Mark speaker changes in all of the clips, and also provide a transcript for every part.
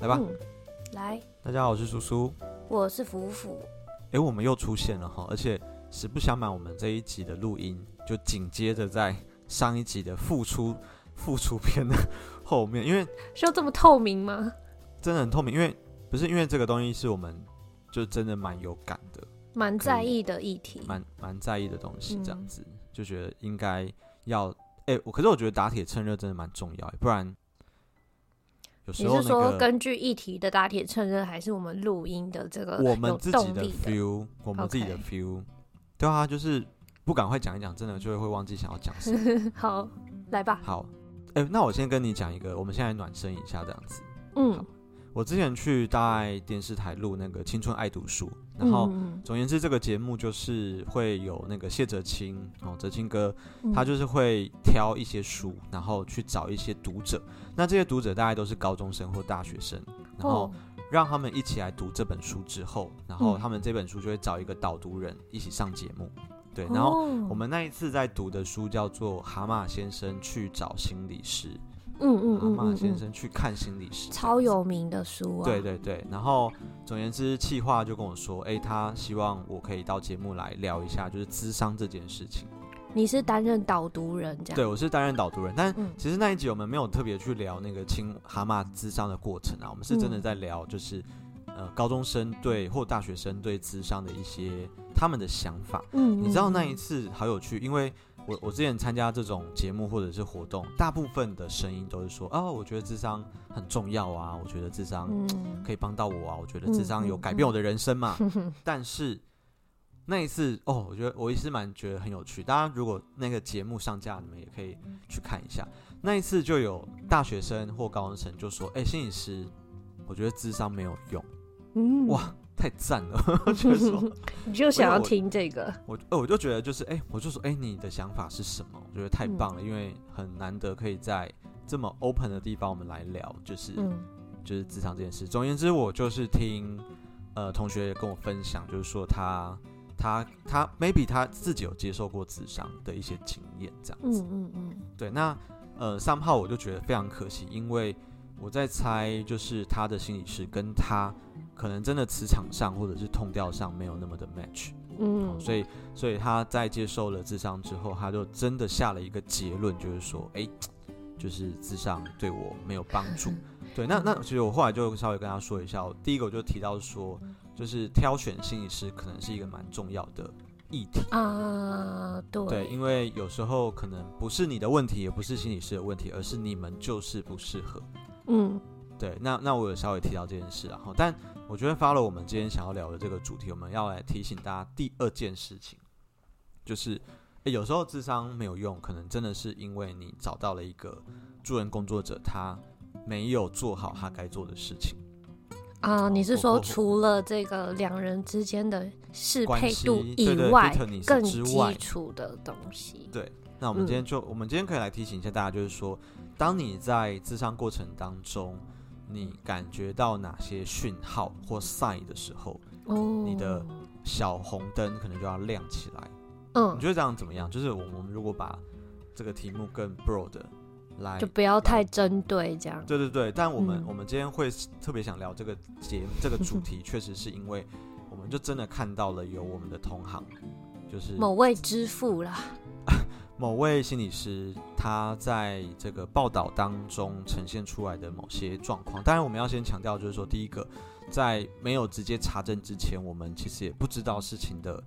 Speaker 1: 来吧，
Speaker 2: 嗯，来，
Speaker 1: 大家好，我是叔叔。
Speaker 2: 我是福福，
Speaker 1: 诶，我们又出现了哈，而且实不相瞒，我们这一集的录音就紧接着在上一集的付出付出篇的后面，因为
Speaker 2: 需要这么透明吗？
Speaker 1: 真的很透明，因为不是因为这个东西是我们就真的蛮有感的，
Speaker 2: 蛮在
Speaker 1: 可以
Speaker 2: 意的议题，
Speaker 1: 蛮蛮在意的东西，这样
Speaker 2: 嗯
Speaker 1: 子、就觉得应该要诶，我可是我觉得打铁趁热真的蛮重要，不然有时
Speaker 2: 你
Speaker 1: 候那
Speaker 2: 是说
Speaker 1: 个
Speaker 2: 根据议题的打铁趁热，还是我们录音的这个
Speaker 1: 我们
Speaker 2: 有
Speaker 1: 自己
Speaker 2: 动
Speaker 1: 的
Speaker 2: 力
Speaker 1: feel，我们自己的
Speaker 2: OK
Speaker 1: feel，对啊，就是不赶快讲一讲，真的就会忘记想要讲什么。
Speaker 2: 好，来吧，
Speaker 1: 好，哎、那我先跟你讲一个，我们现在暖身一下这样子。
Speaker 2: 嗯，
Speaker 1: 我之前去大爱电视台录那个《青春爱读书》，然后、
Speaker 2: 嗯
Speaker 1: 总而言之，这个节目就是会有那个谢哲青哦，哲青哥，
Speaker 2: 嗯
Speaker 1: 他就是会挑一些书，然后去找一些读者。那这些读者大概都是高中生或大学生，然后
Speaker 2: 哦
Speaker 1: 让他们一起来读这本书之后，然后
Speaker 2: 嗯
Speaker 1: 他们这本书就会找一个导读人一起上节目。对，然后
Speaker 2: 哦
Speaker 1: 我们那一次在读的书叫做《蛤蟆先生去找心理师》，
Speaker 2: 嗯嗯嗯
Speaker 1: 蛤蟆
Speaker 2: 嗯
Speaker 1: 先
Speaker 2: 嗯
Speaker 1: 生去看心理师，
Speaker 2: 超。有名的书啊，
Speaker 1: 对，对对，然后总而言之，气话就跟我说，哎，他希望我可以到节目来聊一下，就是智商这件事情。
Speaker 2: 你是担任导读人这样，
Speaker 1: 对，我是担任导读人，但
Speaker 2: 嗯
Speaker 1: 其实那一集我们没有特别去聊那个青蛤蟆智商的过程啊，我们是真的
Speaker 2: 嗯
Speaker 1: 在聊，就是、呃高中生对或大学生对智商的一些他们的想法。
Speaker 2: 嗯，嗯，
Speaker 1: 你知道那
Speaker 2: 嗯
Speaker 1: 一次好有趣，因为我我之前参加这种节目或者是活动，大部分的声音都是说，哦，我觉得智商很重要啊，我觉得智商
Speaker 2: 嗯，
Speaker 1: 可以帮到我啊，我觉得
Speaker 2: 嗯
Speaker 1: 智商有
Speaker 2: 嗯
Speaker 1: 改变
Speaker 2: 嗯
Speaker 1: 我的人生 嘛。但是那一次哦，我觉得我也是蛮觉得很有趣。大家如果那个节目上架，你们也可以去看一下。那一次就有大学生或高中生就说，哎、心理师，我觉得智商没有用，
Speaker 2: 嗯，
Speaker 1: 哇，太赞了， 我就说。
Speaker 2: 你就想要
Speaker 1: 我
Speaker 2: 听这 个，
Speaker 1: 我呃，我就觉得就是，哎、我就说，哎、你的想法是什么？我觉得太
Speaker 2: 嗯
Speaker 1: 棒了，因为很难得可以在这么 open 的地方，我们来聊，就是、
Speaker 2: 嗯
Speaker 1: 就是职场这件事。总而言之，我就是听呃同学跟我分享，就是说他他他 maybe 他自己有接受过智商的一些经验，这样
Speaker 2: 嗯
Speaker 1: 子。
Speaker 2: 嗯嗯，
Speaker 1: 对，那呃三号我就觉得非常可惜，因为我在猜，就是他的心理师跟他可能真的磁场上或者是痛调上没有那么的 match。哦
Speaker 2: 嗯，
Speaker 1: 所
Speaker 2: 以
Speaker 1: 以，所以他在接受了智商之后，他就真的下了一个结论，就是说，哎、就是智商对我没有帮助。对，那那其实我后来就稍微跟他说一下，我第一个我就提到说，就是挑选心理师可能是一个蛮重要的议题。
Speaker 2: 啊，对，
Speaker 1: 对，因为有时候可能不是你的问题，也不是心理师的问题，而是你们就是不适合。
Speaker 2: 嗯
Speaker 1: 对，那那我有稍微提到这件事啊，哈但我觉得发了我们今天想要聊的这个主题，我们要来提醒大家第二件事情，就是诶有时候智商没有用，可能真的是因为你找到了一个助人工作者，他没有做好他该做的事情，
Speaker 2: 啊，你是
Speaker 1: 或或
Speaker 2: 说
Speaker 1: 或
Speaker 2: 除了这个两人之间的适
Speaker 1: 关
Speaker 2: 配
Speaker 1: 系
Speaker 2: 度
Speaker 1: 对
Speaker 2: 以
Speaker 1: 对
Speaker 2: 外，
Speaker 1: ，fitness
Speaker 2: 更
Speaker 1: 之
Speaker 2: 基
Speaker 1: 外
Speaker 2: 础的东西？
Speaker 1: 对那我们
Speaker 2: 嗯
Speaker 1: 今天就、我们今天可以来提醒一下大家，就是说，当你在智商过程当中，你感觉到哪些讯号或 sign 的时候，
Speaker 2: 哦，
Speaker 1: 你的小红灯可能就要亮起来。
Speaker 2: 嗯
Speaker 1: 你，觉得这样怎么样？就是我们我们如果把这个题目更 broad 地来
Speaker 2: 就，不要太
Speaker 1: 来
Speaker 2: 针对这样。
Speaker 1: 对对对，但我们、
Speaker 2: 嗯
Speaker 1: 我们今天会特别想聊这个节这个 主题，确实是因为我们就真的看到了有我们的同行，就是
Speaker 2: 某位之父啦，
Speaker 1: 某位心理师他在这个报道当中呈现出来的某些状况。当然，我们要先强调，就是说，第一个，在没有直接查证之前，我们其实也不知道事情的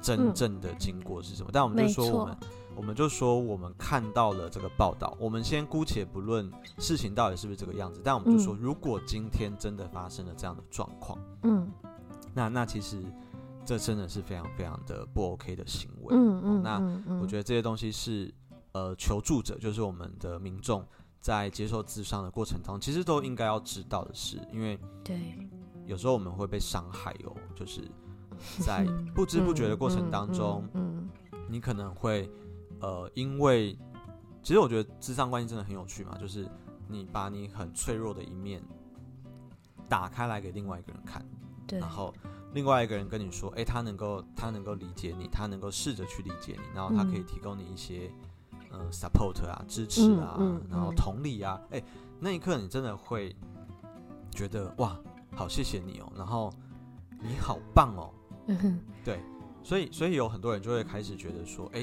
Speaker 1: 真
Speaker 2: 嗯
Speaker 1: 正的经过是什么。但我们就
Speaker 2: 没
Speaker 1: 说
Speaker 2: 错
Speaker 1: 我们。嗯我们就说，我们看到了这个报道。我们先姑且不论事情到底是不是这个样子，但我们就说，
Speaker 2: 嗯
Speaker 1: 如果今天真的发生了这样的状况，
Speaker 2: 嗯
Speaker 1: 那那其实这真的是非常非常的不 OK 的行为。
Speaker 2: 嗯嗯，
Speaker 1: 那
Speaker 2: 嗯嗯
Speaker 1: 我觉得这些东西是呃求助者，就是我们的民众在接受智商的过程当中，其实都应该要知道的事，因为
Speaker 2: 对，
Speaker 1: 有时候我们会被伤害哦，就是 在不知不觉的过程当中，
Speaker 2: 嗯，嗯
Speaker 1: 你可能会呃因为，其实我觉得智商关系真的很有趣嘛，就是你把你很脆弱的一面打开来给另外一个人看。
Speaker 2: 嗯对
Speaker 1: 然，后另外一个人跟你说，诶，他能够他能够理解你，他能够试着去理解你，然后他可以
Speaker 2: 嗯
Speaker 1: 提供你一些嗯、呃 support 啊、支持啊，
Speaker 2: 嗯嗯
Speaker 1: 然后
Speaker 2: 嗯
Speaker 1: 同理啊，诶，那一刻你真的会觉得哇，好谢谢你哦，然后你好棒哦，
Speaker 2: 嗯哼，
Speaker 1: 所以所以有很多人就会开始觉得说，哎、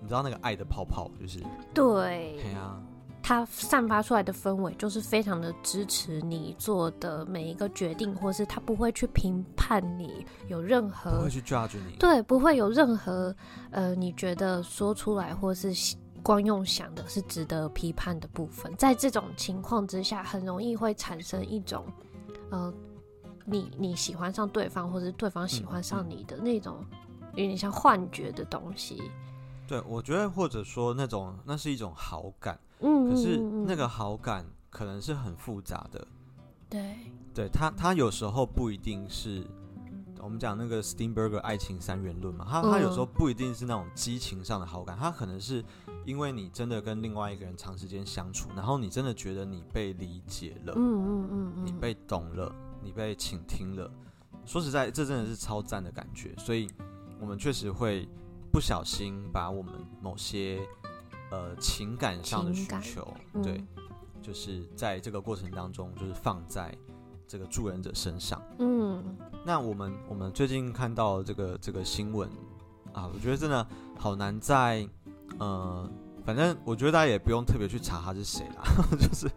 Speaker 1: 你知道那个爱的泡泡就是，
Speaker 2: 啊对
Speaker 1: 哎，呀、
Speaker 2: 它散发出来的氛围就是非常的支持你做的每一个决定，或是他不会去评判你有任
Speaker 1: 不
Speaker 2: 何
Speaker 1: 会去 judge 你，
Speaker 2: 呃对，不会有任何呃，你觉得说出来或是想光用想的是值得批判的部分，在这种情况之下，很容易会产生一种呃，你你喜欢上对方，或是对方喜
Speaker 1: 嗯
Speaker 2: 欢上
Speaker 1: 嗯
Speaker 2: 你的那种有点像幻觉的东西。
Speaker 1: 对我觉得或者说那种那是一种好感，
Speaker 2: 嗯，
Speaker 1: 可是
Speaker 2: 嗯嗯嗯
Speaker 1: 那个好感可能是很复杂的，
Speaker 2: 对，
Speaker 1: 对他，他有时候不一定是我们讲那个 Steinberger 爱情三元论嘛，他他有时候
Speaker 2: 嗯
Speaker 1: 不一定是那种激情上的好感，他可能是因为你真的跟另外一个人长时间相处，然后你真的觉得你被理解了，
Speaker 2: 嗯嗯嗯嗯，
Speaker 1: 你被懂了，你被倾听了。说实在，这真的是超赞的感觉，所以我们确实会不小心把我们某些呃情感上的
Speaker 2: 情
Speaker 1: 需
Speaker 2: 感
Speaker 1: 求，
Speaker 2: 嗯
Speaker 1: 对，就是在这个过程当中，就是放在这个助人者身上。
Speaker 2: 嗯
Speaker 1: 那我们我们最近看到这个这个新闻啊，我觉得真的好难在呃，反正我觉得大家也不用特别去查他是谁啦，就是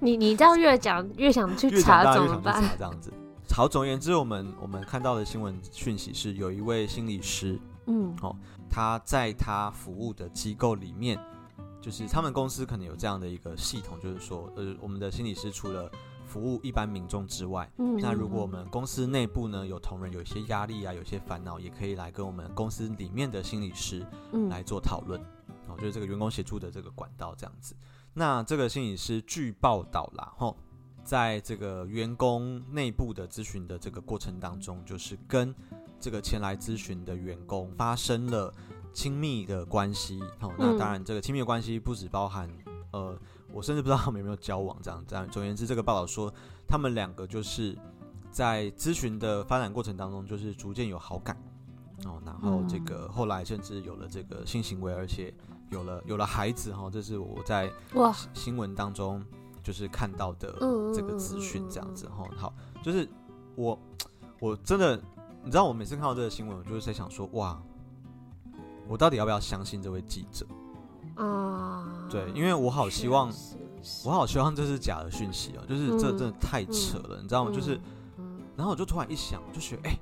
Speaker 2: 你你这样越讲越想去
Speaker 1: 越长
Speaker 2: 查
Speaker 1: 大
Speaker 2: 怎
Speaker 1: 越想
Speaker 2: 么
Speaker 1: 去
Speaker 2: 办？
Speaker 1: 查这样子。好，总而言之，我们我们看到的新闻讯息是，有一位心理师，
Speaker 2: 嗯
Speaker 1: 他在他服务的机构里面，就是他们公司可能有这样的一个系统，就是说，呃，我们的心理师除了服务一般民众之外，
Speaker 2: 嗯，
Speaker 1: 那如果我
Speaker 2: 嗯
Speaker 1: 们公司内部呢有同仁有一些压力啊，有一些烦恼，也可以来跟我们公司里面的心理师
Speaker 2: 嗯
Speaker 1: 来做讨论，哦，就是这个员工协助的这个管道这样子。那这个心理师据报道啦，吼，在这个员工内部的咨询的这个过程当中，就是跟这个前来咨询的员工发生了亲密的关系，哦，那
Speaker 2: 嗯
Speaker 1: 当然这个亲密的关系不只包含呃，我甚至不知道他们有没有交往这样这样。总而言之，这个报道说他们两个就是在咨询的发展过程当中，就是逐渐有好感哦，然后这个
Speaker 2: 嗯
Speaker 1: 后来甚至有了这个性行为，而且有了有了孩子哈、哦，这是我在
Speaker 2: 哇，
Speaker 1: 新闻当中就是看到的
Speaker 2: 嗯嗯
Speaker 1: 这个
Speaker 2: 嗯
Speaker 1: 资讯
Speaker 2: 嗯
Speaker 1: 这样
Speaker 2: 嗯
Speaker 1: 子哈、哦。好，就是我我真的，你知道我每次看到这个新闻，我就是在想说哇。我到底要不要相信这位记者？
Speaker 2: 啊，
Speaker 1: 对，因为我好希望
Speaker 2: 确实
Speaker 1: 我好希望这是假的讯息哦，就是这真
Speaker 2: 嗯
Speaker 1: 的太扯了，你知道吗？就是，
Speaker 2: 嗯
Speaker 1: 然后我就突然一想，就觉得，哎、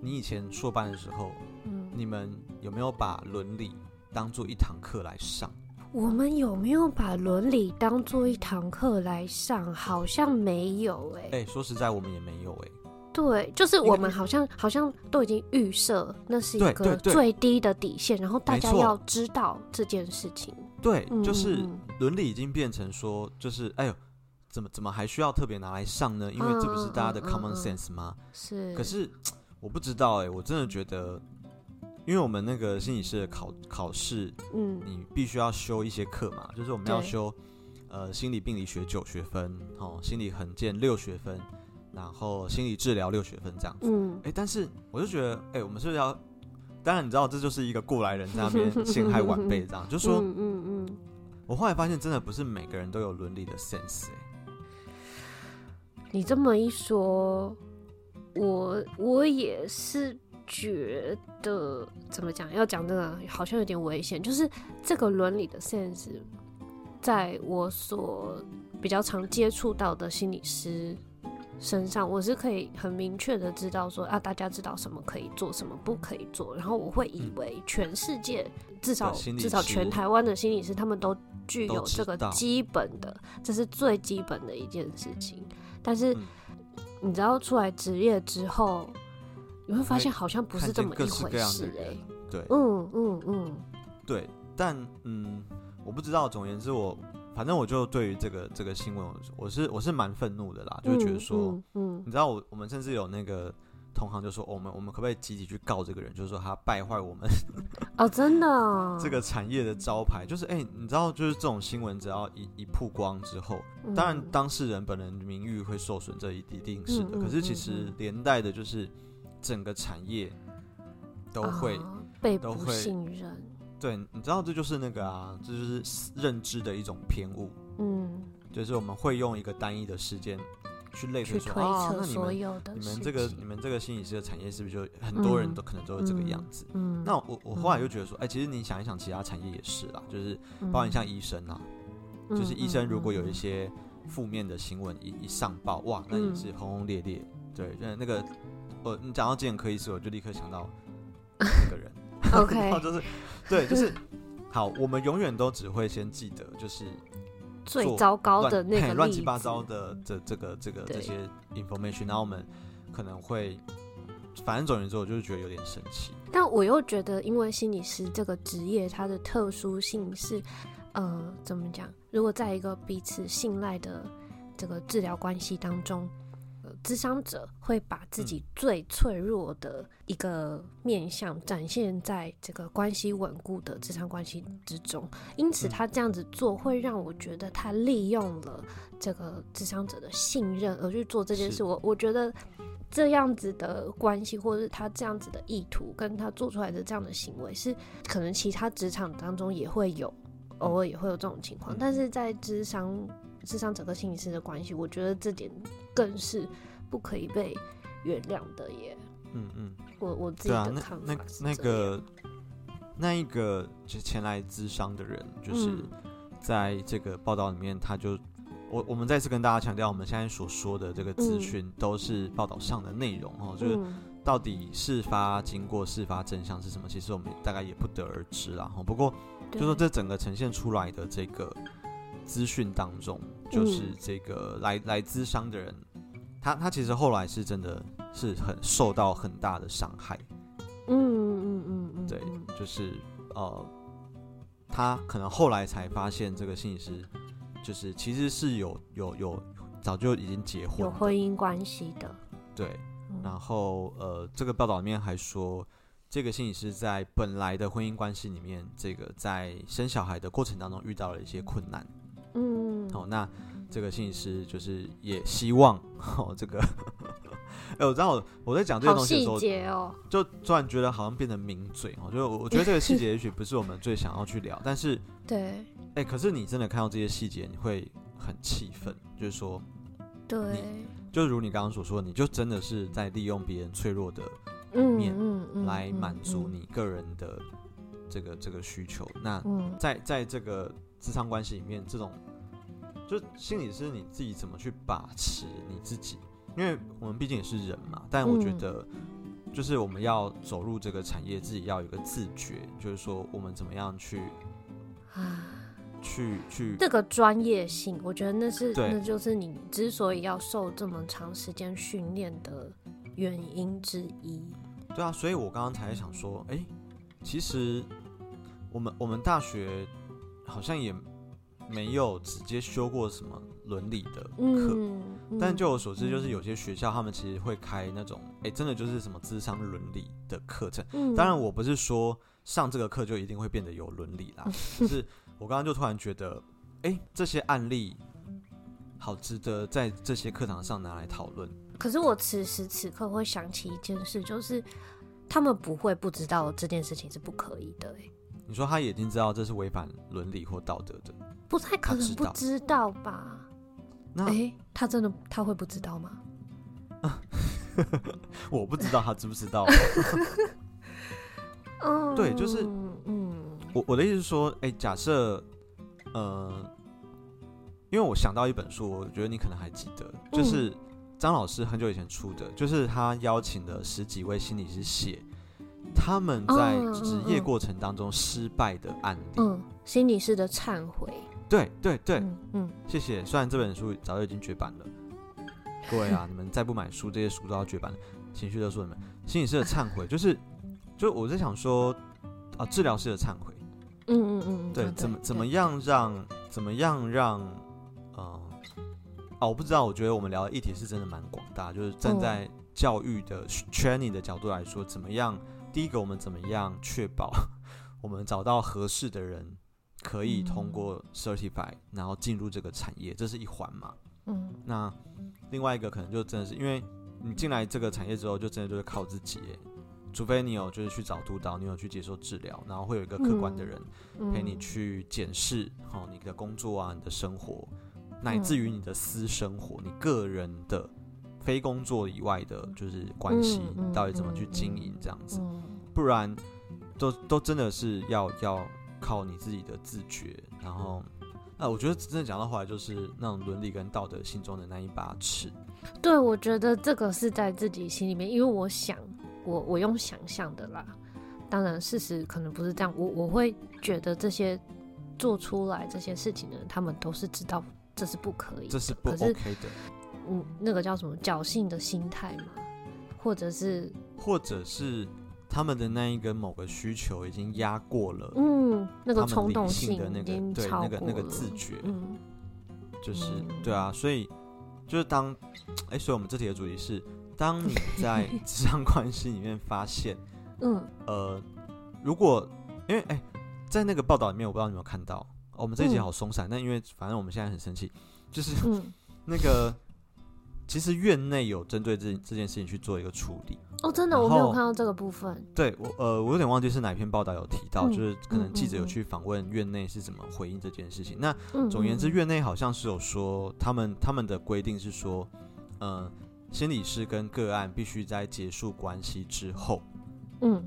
Speaker 1: 你以前硕班的时候，
Speaker 2: 嗯
Speaker 1: 你们有没有把伦理当做一堂课来上？
Speaker 2: 我们有没有把伦理当做一堂课来上？好像没有哎、
Speaker 1: 哎、说实在，我们也没有哎、
Speaker 2: 对，就是
Speaker 1: 因为
Speaker 2: 我们好像好像都已经预设那是
Speaker 1: 对
Speaker 2: 一
Speaker 1: 对
Speaker 2: 个
Speaker 1: 对
Speaker 2: 最低的底线，然后大家
Speaker 1: 没错
Speaker 2: 要知道这件事情。
Speaker 1: 对，就是
Speaker 2: 嗯
Speaker 1: 伦理已经变成说，就是哎呦，怎么怎么还需要特别拿来上呢？因为这不是大家的
Speaker 2: 嗯嗯嗯
Speaker 1: common
Speaker 2: 嗯
Speaker 1: sense 吗？
Speaker 2: 是，
Speaker 1: 可是我不知道哎、我真的觉得，因为我们那个心理师的考考试
Speaker 2: 嗯
Speaker 1: 你必须要修一些课嘛，就是我们要
Speaker 2: 对
Speaker 1: 修呃心理病理学九学分，哦，心理横件六学分，然后心理治疗六学分这样子。
Speaker 2: 嗯
Speaker 1: 哎、但是我就觉得，哎、我们是不是要？当然，你知道这就是一个过来人在那边陷害晚辈这样，就说、
Speaker 2: 嗯嗯嗯，
Speaker 1: 我后来发现，真的不是每个人都有伦理的 sense 哎、
Speaker 2: 你这么一说，我我也是觉得怎么讲？要讲真的好像有点危险，就是这个伦理的 sense，在我所比较常接触到的心理师身上，我是可以很明确的知道说啊，大家知道什么可以做，什么不可以做，然后我会以为全世界至少
Speaker 1: 嗯的心理
Speaker 2: 至少
Speaker 1: 师
Speaker 2: 全台湾的心理师他们都具
Speaker 1: 都
Speaker 2: 有
Speaker 1: 知
Speaker 2: 这个
Speaker 1: 道
Speaker 2: 基本的，这是最基本的一件事情。但是
Speaker 1: 嗯
Speaker 2: 你知道出来职业之后，你会发现
Speaker 1: 会
Speaker 2: 好像不
Speaker 1: 哎看
Speaker 2: 是这
Speaker 1: 见
Speaker 2: 么
Speaker 1: 各
Speaker 2: 一
Speaker 1: 式
Speaker 2: 回
Speaker 1: 各样的
Speaker 2: 事哎、
Speaker 1: 人，对
Speaker 2: 嗯嗯嗯，
Speaker 1: 对，但嗯，我不知道，总而言之我。反正我就对于这个这个新闻，我是我是蛮愤怒的啦，就会觉得
Speaker 2: 嗯
Speaker 1: 说，
Speaker 2: 嗯
Speaker 1: 你知道我我们甚至有那个同行就说，哦我们我们可不可以集体去告这个人，就是说他败坏我们
Speaker 2: 嗯哦，真的哦、
Speaker 1: 这个产业的招牌。就是哎、你知道，就是这种新闻只要一一曝光之后，当然
Speaker 2: 嗯
Speaker 1: 当事人本人名誉会受损，这一一定是的。
Speaker 2: 嗯嗯
Speaker 1: 可是其实
Speaker 2: 嗯
Speaker 1: 连带的就是整个产业都会、
Speaker 2: 啊被
Speaker 1: 都
Speaker 2: 不
Speaker 1: 会
Speaker 2: 信任，
Speaker 1: 对，你知道这就是那个啊，这就是认知的一种偏误，
Speaker 2: 嗯
Speaker 1: 就是我们会用一个单一的事件去类推
Speaker 2: 去
Speaker 1: 说，
Speaker 2: 推
Speaker 1: 哦，
Speaker 2: 测
Speaker 1: 那你
Speaker 2: 所
Speaker 1: 们
Speaker 2: 有的
Speaker 1: 你
Speaker 2: 事
Speaker 1: 们
Speaker 2: 情。
Speaker 1: 这个你们这个心理师的产业是不是就很多人
Speaker 2: 嗯
Speaker 1: 都可能都是这个样子？
Speaker 2: 嗯，
Speaker 1: 那我我后来就觉得说，哎、其实你想一想，其他产业也是啦，就是包含像医生啊，
Speaker 2: 嗯
Speaker 1: 就是医生如果有
Speaker 2: 嗯
Speaker 1: 一些负面的新闻一一上报，哇，那也
Speaker 2: 嗯
Speaker 1: 是轰轰烈烈。对，那那个，呃，你讲到健科医师，我就立刻想到那个人。
Speaker 2: 嗯
Speaker 1: 然后
Speaker 2: OK
Speaker 1: 就是，对，就是好，我们永远都只会先记得，就是
Speaker 2: 最
Speaker 1: 做
Speaker 2: 糟糕
Speaker 1: 乱
Speaker 2: 的那
Speaker 1: 嘿
Speaker 2: 个
Speaker 1: 乱
Speaker 2: 例
Speaker 1: 七八
Speaker 2: 子
Speaker 1: 糟的这这个这个这
Speaker 2: 对
Speaker 1: 些 information，然后我们可能会，反正总而言之，我就是觉得有点生气。
Speaker 2: 但我又觉得，因为心理师这个职业，它的特殊性是，呃，怎么讲？如果在一个彼此信赖的这个治疗关系当中，呃，咨商者会把自己最脆弱的一个面向展现在这个关系稳固的职场关系之中，因此
Speaker 1: 嗯
Speaker 2: 他这样子做，会让我觉得他利用了这个咨商者的信任而去做这件
Speaker 1: 是
Speaker 2: 事。我我觉得这样子的关系，或者是他这样子的意图，跟他做出来的这样的行为，是可能其他职场当中也会有，偶尔也会有这种情况。
Speaker 1: 嗯
Speaker 2: 但是在智商、智商整个心理师的关系，我觉得这点更是不可以被原谅的耶。
Speaker 1: 嗯嗯，
Speaker 2: 我我自己
Speaker 1: 对啊
Speaker 2: 的，
Speaker 1: 那
Speaker 2: 看法
Speaker 1: 那
Speaker 2: 是
Speaker 1: 那
Speaker 2: 这样
Speaker 1: 个那一个就是前来咨商的人，就是
Speaker 2: 嗯
Speaker 1: 在这个报道里面，他就我我们再次跟大家强调，我们现在所说的这个资
Speaker 2: 嗯
Speaker 1: 讯都是报道上的内容哦，就是
Speaker 2: 嗯
Speaker 1: 到底事发经过、事发真相是什么，其实我们大概也不得而知啦。哦哈，不过就说
Speaker 2: 对
Speaker 1: 这整个呈现出来的这个资讯当中，就是
Speaker 2: 嗯
Speaker 1: 这个来来咨商的人，他他其实后来是真的是很受到很大的伤害。
Speaker 2: 嗯嗯嗯嗯，
Speaker 1: 对
Speaker 2: 嗯，
Speaker 1: 就是呃，他可能后来才发现这个心理师，就是其实是有有有早就已经结婚
Speaker 2: 有
Speaker 1: 了，
Speaker 2: 婚姻关系的，
Speaker 1: 对。
Speaker 2: 嗯
Speaker 1: 然后呃，这个报道里面还说，这个心理师在本来的婚姻关系里面，这个在生小孩的过程当中遇到了一些困难。
Speaker 2: 嗯，
Speaker 1: 哦，那这个心理师就是也希望哦，这个。哎、我知道我我在讲这个
Speaker 2: 好
Speaker 1: 东西的
Speaker 2: 细
Speaker 1: 时候，
Speaker 2: 节哦，
Speaker 1: 就突然觉得好像变成名嘴哦，就是我我觉得这个细节也许不是我们最想要去聊，但是
Speaker 2: 对
Speaker 1: 哎、可是你真的看到这些细节，你会很气愤，就是说，
Speaker 2: 对，
Speaker 1: 就如你刚刚所说，你就真的是在利用别人脆弱的
Speaker 2: 嗯
Speaker 1: 面
Speaker 2: 嗯嗯，
Speaker 1: 来
Speaker 2: 嗯
Speaker 1: 满足，你个人的这个这个需求。那
Speaker 2: 嗯
Speaker 1: 在在这个智商关系里面，这种就心理是你自己怎么去把持你自己，因为我们毕竟也是人嘛。但我觉
Speaker 2: 嗯
Speaker 1: 得，就是我们要走入这个产业，自己要有一个自觉，就是说我们怎么样去
Speaker 2: 嗯啊。
Speaker 1: 去去
Speaker 2: 这个专业性，我觉得那是
Speaker 1: 对
Speaker 2: 那就是你之所以要受这么长时间训练的原因之一。
Speaker 1: 对啊，所以我刚刚才想说，哎、其实我们我们大学好像也没有直接修过什么伦理的课，
Speaker 2: 嗯，嗯
Speaker 1: 但就我所知，就是有些学校他们其实会开那种，哎、真的就是什么智商伦理的课程。
Speaker 2: 嗯
Speaker 1: 当然，我不是说上这个课就一定会变得有伦理 啦，就是我刚刚就突然觉得，哎、这些案例好值得在这些课堂上拿来讨论。
Speaker 2: 可是我此时此刻会想起一件事，就是他们不会不知道这件事情是不可以的、欸，
Speaker 1: 你说他已经知道这是违反伦理或道德的，
Speaker 2: 不太可能不
Speaker 1: 他
Speaker 2: 知道吧？
Speaker 1: 那、
Speaker 2: 哎、他真的他会不知道吗？
Speaker 1: 我不知道他知不知 道。
Speaker 2: 嗯，
Speaker 1: 对就是
Speaker 2: 嗯，
Speaker 1: 我我的意思是说，哎、假设，呃，因为我想到一本书，我觉得你可能还记得，
Speaker 2: 嗯
Speaker 1: 就是张老师很久以前出的，就是他邀请了十几位心理师写他们在
Speaker 2: 哦
Speaker 1: 职业
Speaker 2: 嗯嗯
Speaker 1: 过程当中失败的案例。
Speaker 2: 嗯，心理师的忏悔，
Speaker 1: 对对对，
Speaker 2: 嗯嗯，
Speaker 1: 谢谢。虽然这本书早就已经绝版了，各位啊，你们再不买书，这些书都要绝版了。情绪勒索你们，心理师的忏悔，就是，就我在想说，啊，治疗师的忏悔，
Speaker 2: 嗯嗯嗯嗯，
Speaker 1: 对，
Speaker 2: 啊
Speaker 1: 怎么怎么
Speaker 2: 对
Speaker 1: 样让怎么样让，呃，啊，我不知道，我觉得我们聊的议题是真的蛮广大，就是站
Speaker 2: 嗯
Speaker 1: 在教育的 training 的角度来说，怎么样？第一个，我们怎么样确保我们找到合适的人，可以通
Speaker 2: 嗯
Speaker 1: 过 certify，然后进入这个产业，这是一环嘛？
Speaker 2: 嗯
Speaker 1: 那另外一个可能就真的是因为你进来这个产业之后，就真的就是靠自己耶，除非你有就是去找督导，你有去接受治疗，然后会有一个客观的
Speaker 2: 嗯
Speaker 1: 人。
Speaker 2: 嗯
Speaker 1: 陪你去检视哦你的工作啊，你的生活，乃至
Speaker 2: 嗯
Speaker 1: 于你的私生活，你个人的非工作以外的，就是关系
Speaker 2: 嗯嗯
Speaker 1: 到底怎么去
Speaker 2: 嗯
Speaker 1: 经营这样子，
Speaker 2: 嗯
Speaker 1: 不然都都真的是要要靠你自己的自觉，然后。啊，我觉得真的讲到后来，就是那种伦理跟道德心中的那一把尺，
Speaker 2: 对，我觉得这个是在自己心里面，因为我想，我我用想象的啦。当然，事实可能不是这样。我我会觉得这些做出来这些事情的人，他们都是知道这是不可以的，
Speaker 1: 这是不
Speaker 2: 可是
Speaker 1: OK 的。
Speaker 2: 嗯，那个叫什么侥幸的心态嘛，或者是
Speaker 1: 或者是他们的那一个某个需求已经压过了
Speaker 2: 嗯，那个
Speaker 1: 他们
Speaker 2: 冲
Speaker 1: 理
Speaker 2: 动
Speaker 1: 性的那
Speaker 2: 已
Speaker 1: 个
Speaker 2: 经
Speaker 1: 对
Speaker 2: 超
Speaker 1: 那
Speaker 2: 过
Speaker 1: 个那
Speaker 2: 了，
Speaker 1: 个自觉，
Speaker 2: 嗯
Speaker 1: 就是
Speaker 2: 嗯
Speaker 1: 对啊，所以就是当哎，所以我们这题的主题是，当你 在职场关系里面发现，
Speaker 2: 嗯，
Speaker 1: 呃，如果因为哎，在那个报道里面，我不知道你有没有看到，哦我们这一集
Speaker 2: 嗯
Speaker 1: 好松散，但因为反正我们现在很生气，就是
Speaker 2: 嗯，
Speaker 1: 那个其实院内有针对这这件事情去做一个处理。
Speaker 2: 哦，真的，
Speaker 1: 然
Speaker 2: 我没有
Speaker 1: 后
Speaker 2: 看到这个部分。
Speaker 1: 对我呃，我有点忘记是哪篇报道有提到，
Speaker 2: 嗯
Speaker 1: 就是可能
Speaker 2: 嗯
Speaker 1: 记者有
Speaker 2: 嗯嗯
Speaker 1: 去访问院内是怎么回应这件事情。那
Speaker 2: 嗯，
Speaker 1: 总而言之，
Speaker 2: 嗯
Speaker 1: 院内好像是有说，他们他们的规定是说，呃，心理师跟个案必须在结束关系之后，
Speaker 2: 嗯，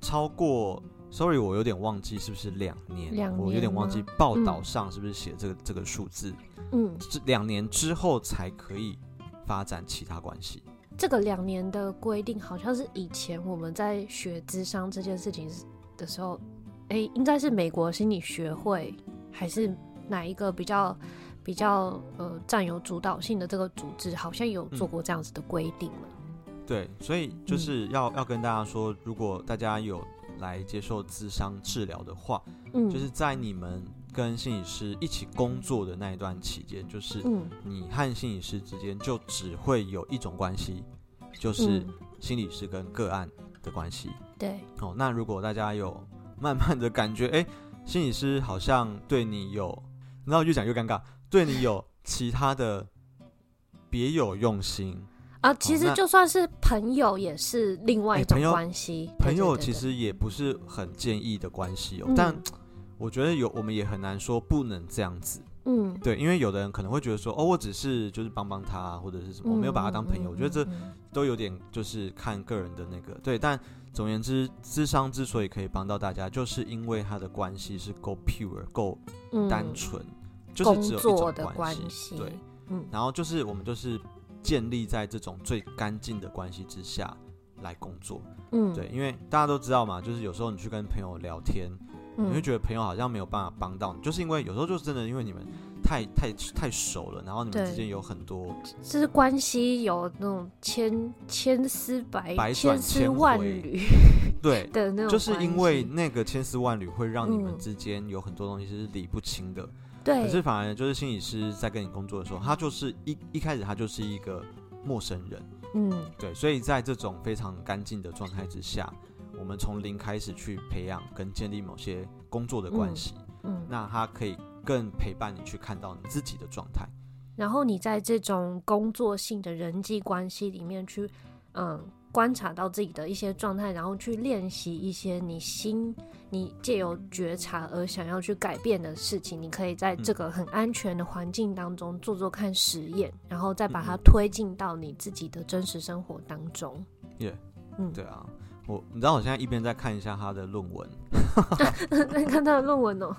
Speaker 1: 超过，sorry，我有点忘记是不是两年，
Speaker 2: 两
Speaker 1: 我有点
Speaker 2: 年
Speaker 1: 忘记
Speaker 2: 吗
Speaker 1: 报道
Speaker 2: 嗯
Speaker 1: 上是不是写这个、这个数字，
Speaker 2: 嗯，
Speaker 1: 这两年之后才可以发展其他关系。
Speaker 2: 这个两年的规定好像是以前我们在学智商这件事情的时候，诶，应该是美国心理学会还是哪一个比较比较呃占有主导性的这个组织，好像有
Speaker 1: 嗯
Speaker 2: 做过这样子的规定嘛？
Speaker 1: 对，所以
Speaker 2: 嗯
Speaker 1: 就是要、要跟大家说，如果大家有来接受咨商治疗的话，
Speaker 2: 嗯，
Speaker 1: 就是在你们跟心理师一起工作的那一段期间，就是
Speaker 2: 嗯，
Speaker 1: 你和心理师之间就只会有一种关系，就是
Speaker 2: 嗯
Speaker 1: 心理师跟个案的关系。
Speaker 2: 对，
Speaker 1: 哦，那如果大家有慢慢的感觉，哎，心理师好像对你有，然后越讲越尴尬，对你有其他的别有用心，
Speaker 2: 啊，其实
Speaker 1: 那
Speaker 2: 就算是朋友也是另外一
Speaker 1: 哎
Speaker 2: 种
Speaker 1: 朋友
Speaker 2: 关系。 对
Speaker 1: 朋友
Speaker 2: 对对
Speaker 1: 其
Speaker 2: 对
Speaker 1: 实也不是很建议的关系哦，
Speaker 2: 嗯
Speaker 1: 但我觉得有我们也很难说不能这样子，
Speaker 2: 嗯，
Speaker 1: 对，因为有的人可能会觉得说，哦，我只是就是帮帮他或者是什么，我没有把他当朋友，我觉得这
Speaker 2: 嗯嗯
Speaker 1: 都有点就是看个人的那个对，但总而言之，智商之所以可以帮到大家，就是因为他的关系是够 pure、够
Speaker 2: 嗯
Speaker 1: 单
Speaker 2: 嗯
Speaker 1: 纯，就
Speaker 2: 工
Speaker 1: 是只有一
Speaker 2: 作
Speaker 1: 种
Speaker 2: 的
Speaker 1: 关系，
Speaker 2: 系，
Speaker 1: 对，
Speaker 2: 嗯
Speaker 1: 然后就是我们就是建立在这种最干净的关系之下来工作。
Speaker 2: 嗯，
Speaker 1: 对，因为大家都知道嘛，就是有时候你去跟朋友聊天，你会
Speaker 2: 嗯，
Speaker 1: 觉得朋友好像没有办法帮到你，就是因为有时候就是真的因为你们太太太熟了，然后你们
Speaker 2: 对
Speaker 1: 之间有很多
Speaker 2: 就是关系有那种千千丝百
Speaker 1: 百转
Speaker 2: 千丝
Speaker 1: 千
Speaker 2: 万
Speaker 1: 回
Speaker 2: 缕
Speaker 1: 对，
Speaker 2: 的那种关系，
Speaker 1: 就是因为那个千丝万缕会让你们
Speaker 2: 嗯
Speaker 1: 之间有很多东西是理不清的。可
Speaker 2: 对，
Speaker 1: 是反而就是心理师在跟你工作的时候，他就是一一开始他就是一个陌生人，
Speaker 2: 嗯
Speaker 1: 对，所以在这种非常干净的状态之下，我们从零开始去培养跟建立某些工作的关
Speaker 2: 嗯
Speaker 1: 系。
Speaker 2: 嗯，
Speaker 1: 那他可以更陪伴你去看到你自己的状态。
Speaker 2: 然后你在这种工作性的人际关系里面去，嗯，观察到自己的一些状态，然后去练习一些你心你借由觉察而想要去改变的事情，你可以在
Speaker 1: 嗯
Speaker 2: 这个很安全的环境当中做做看实验，然后再把它
Speaker 1: 嗯嗯
Speaker 2: 推进到你自己的真实生活当中。
Speaker 1: 耶、
Speaker 2: 嗯
Speaker 1: 对啊，我你知道我现在一边在看一下他的论文，
Speaker 2: 那看他的论文哦，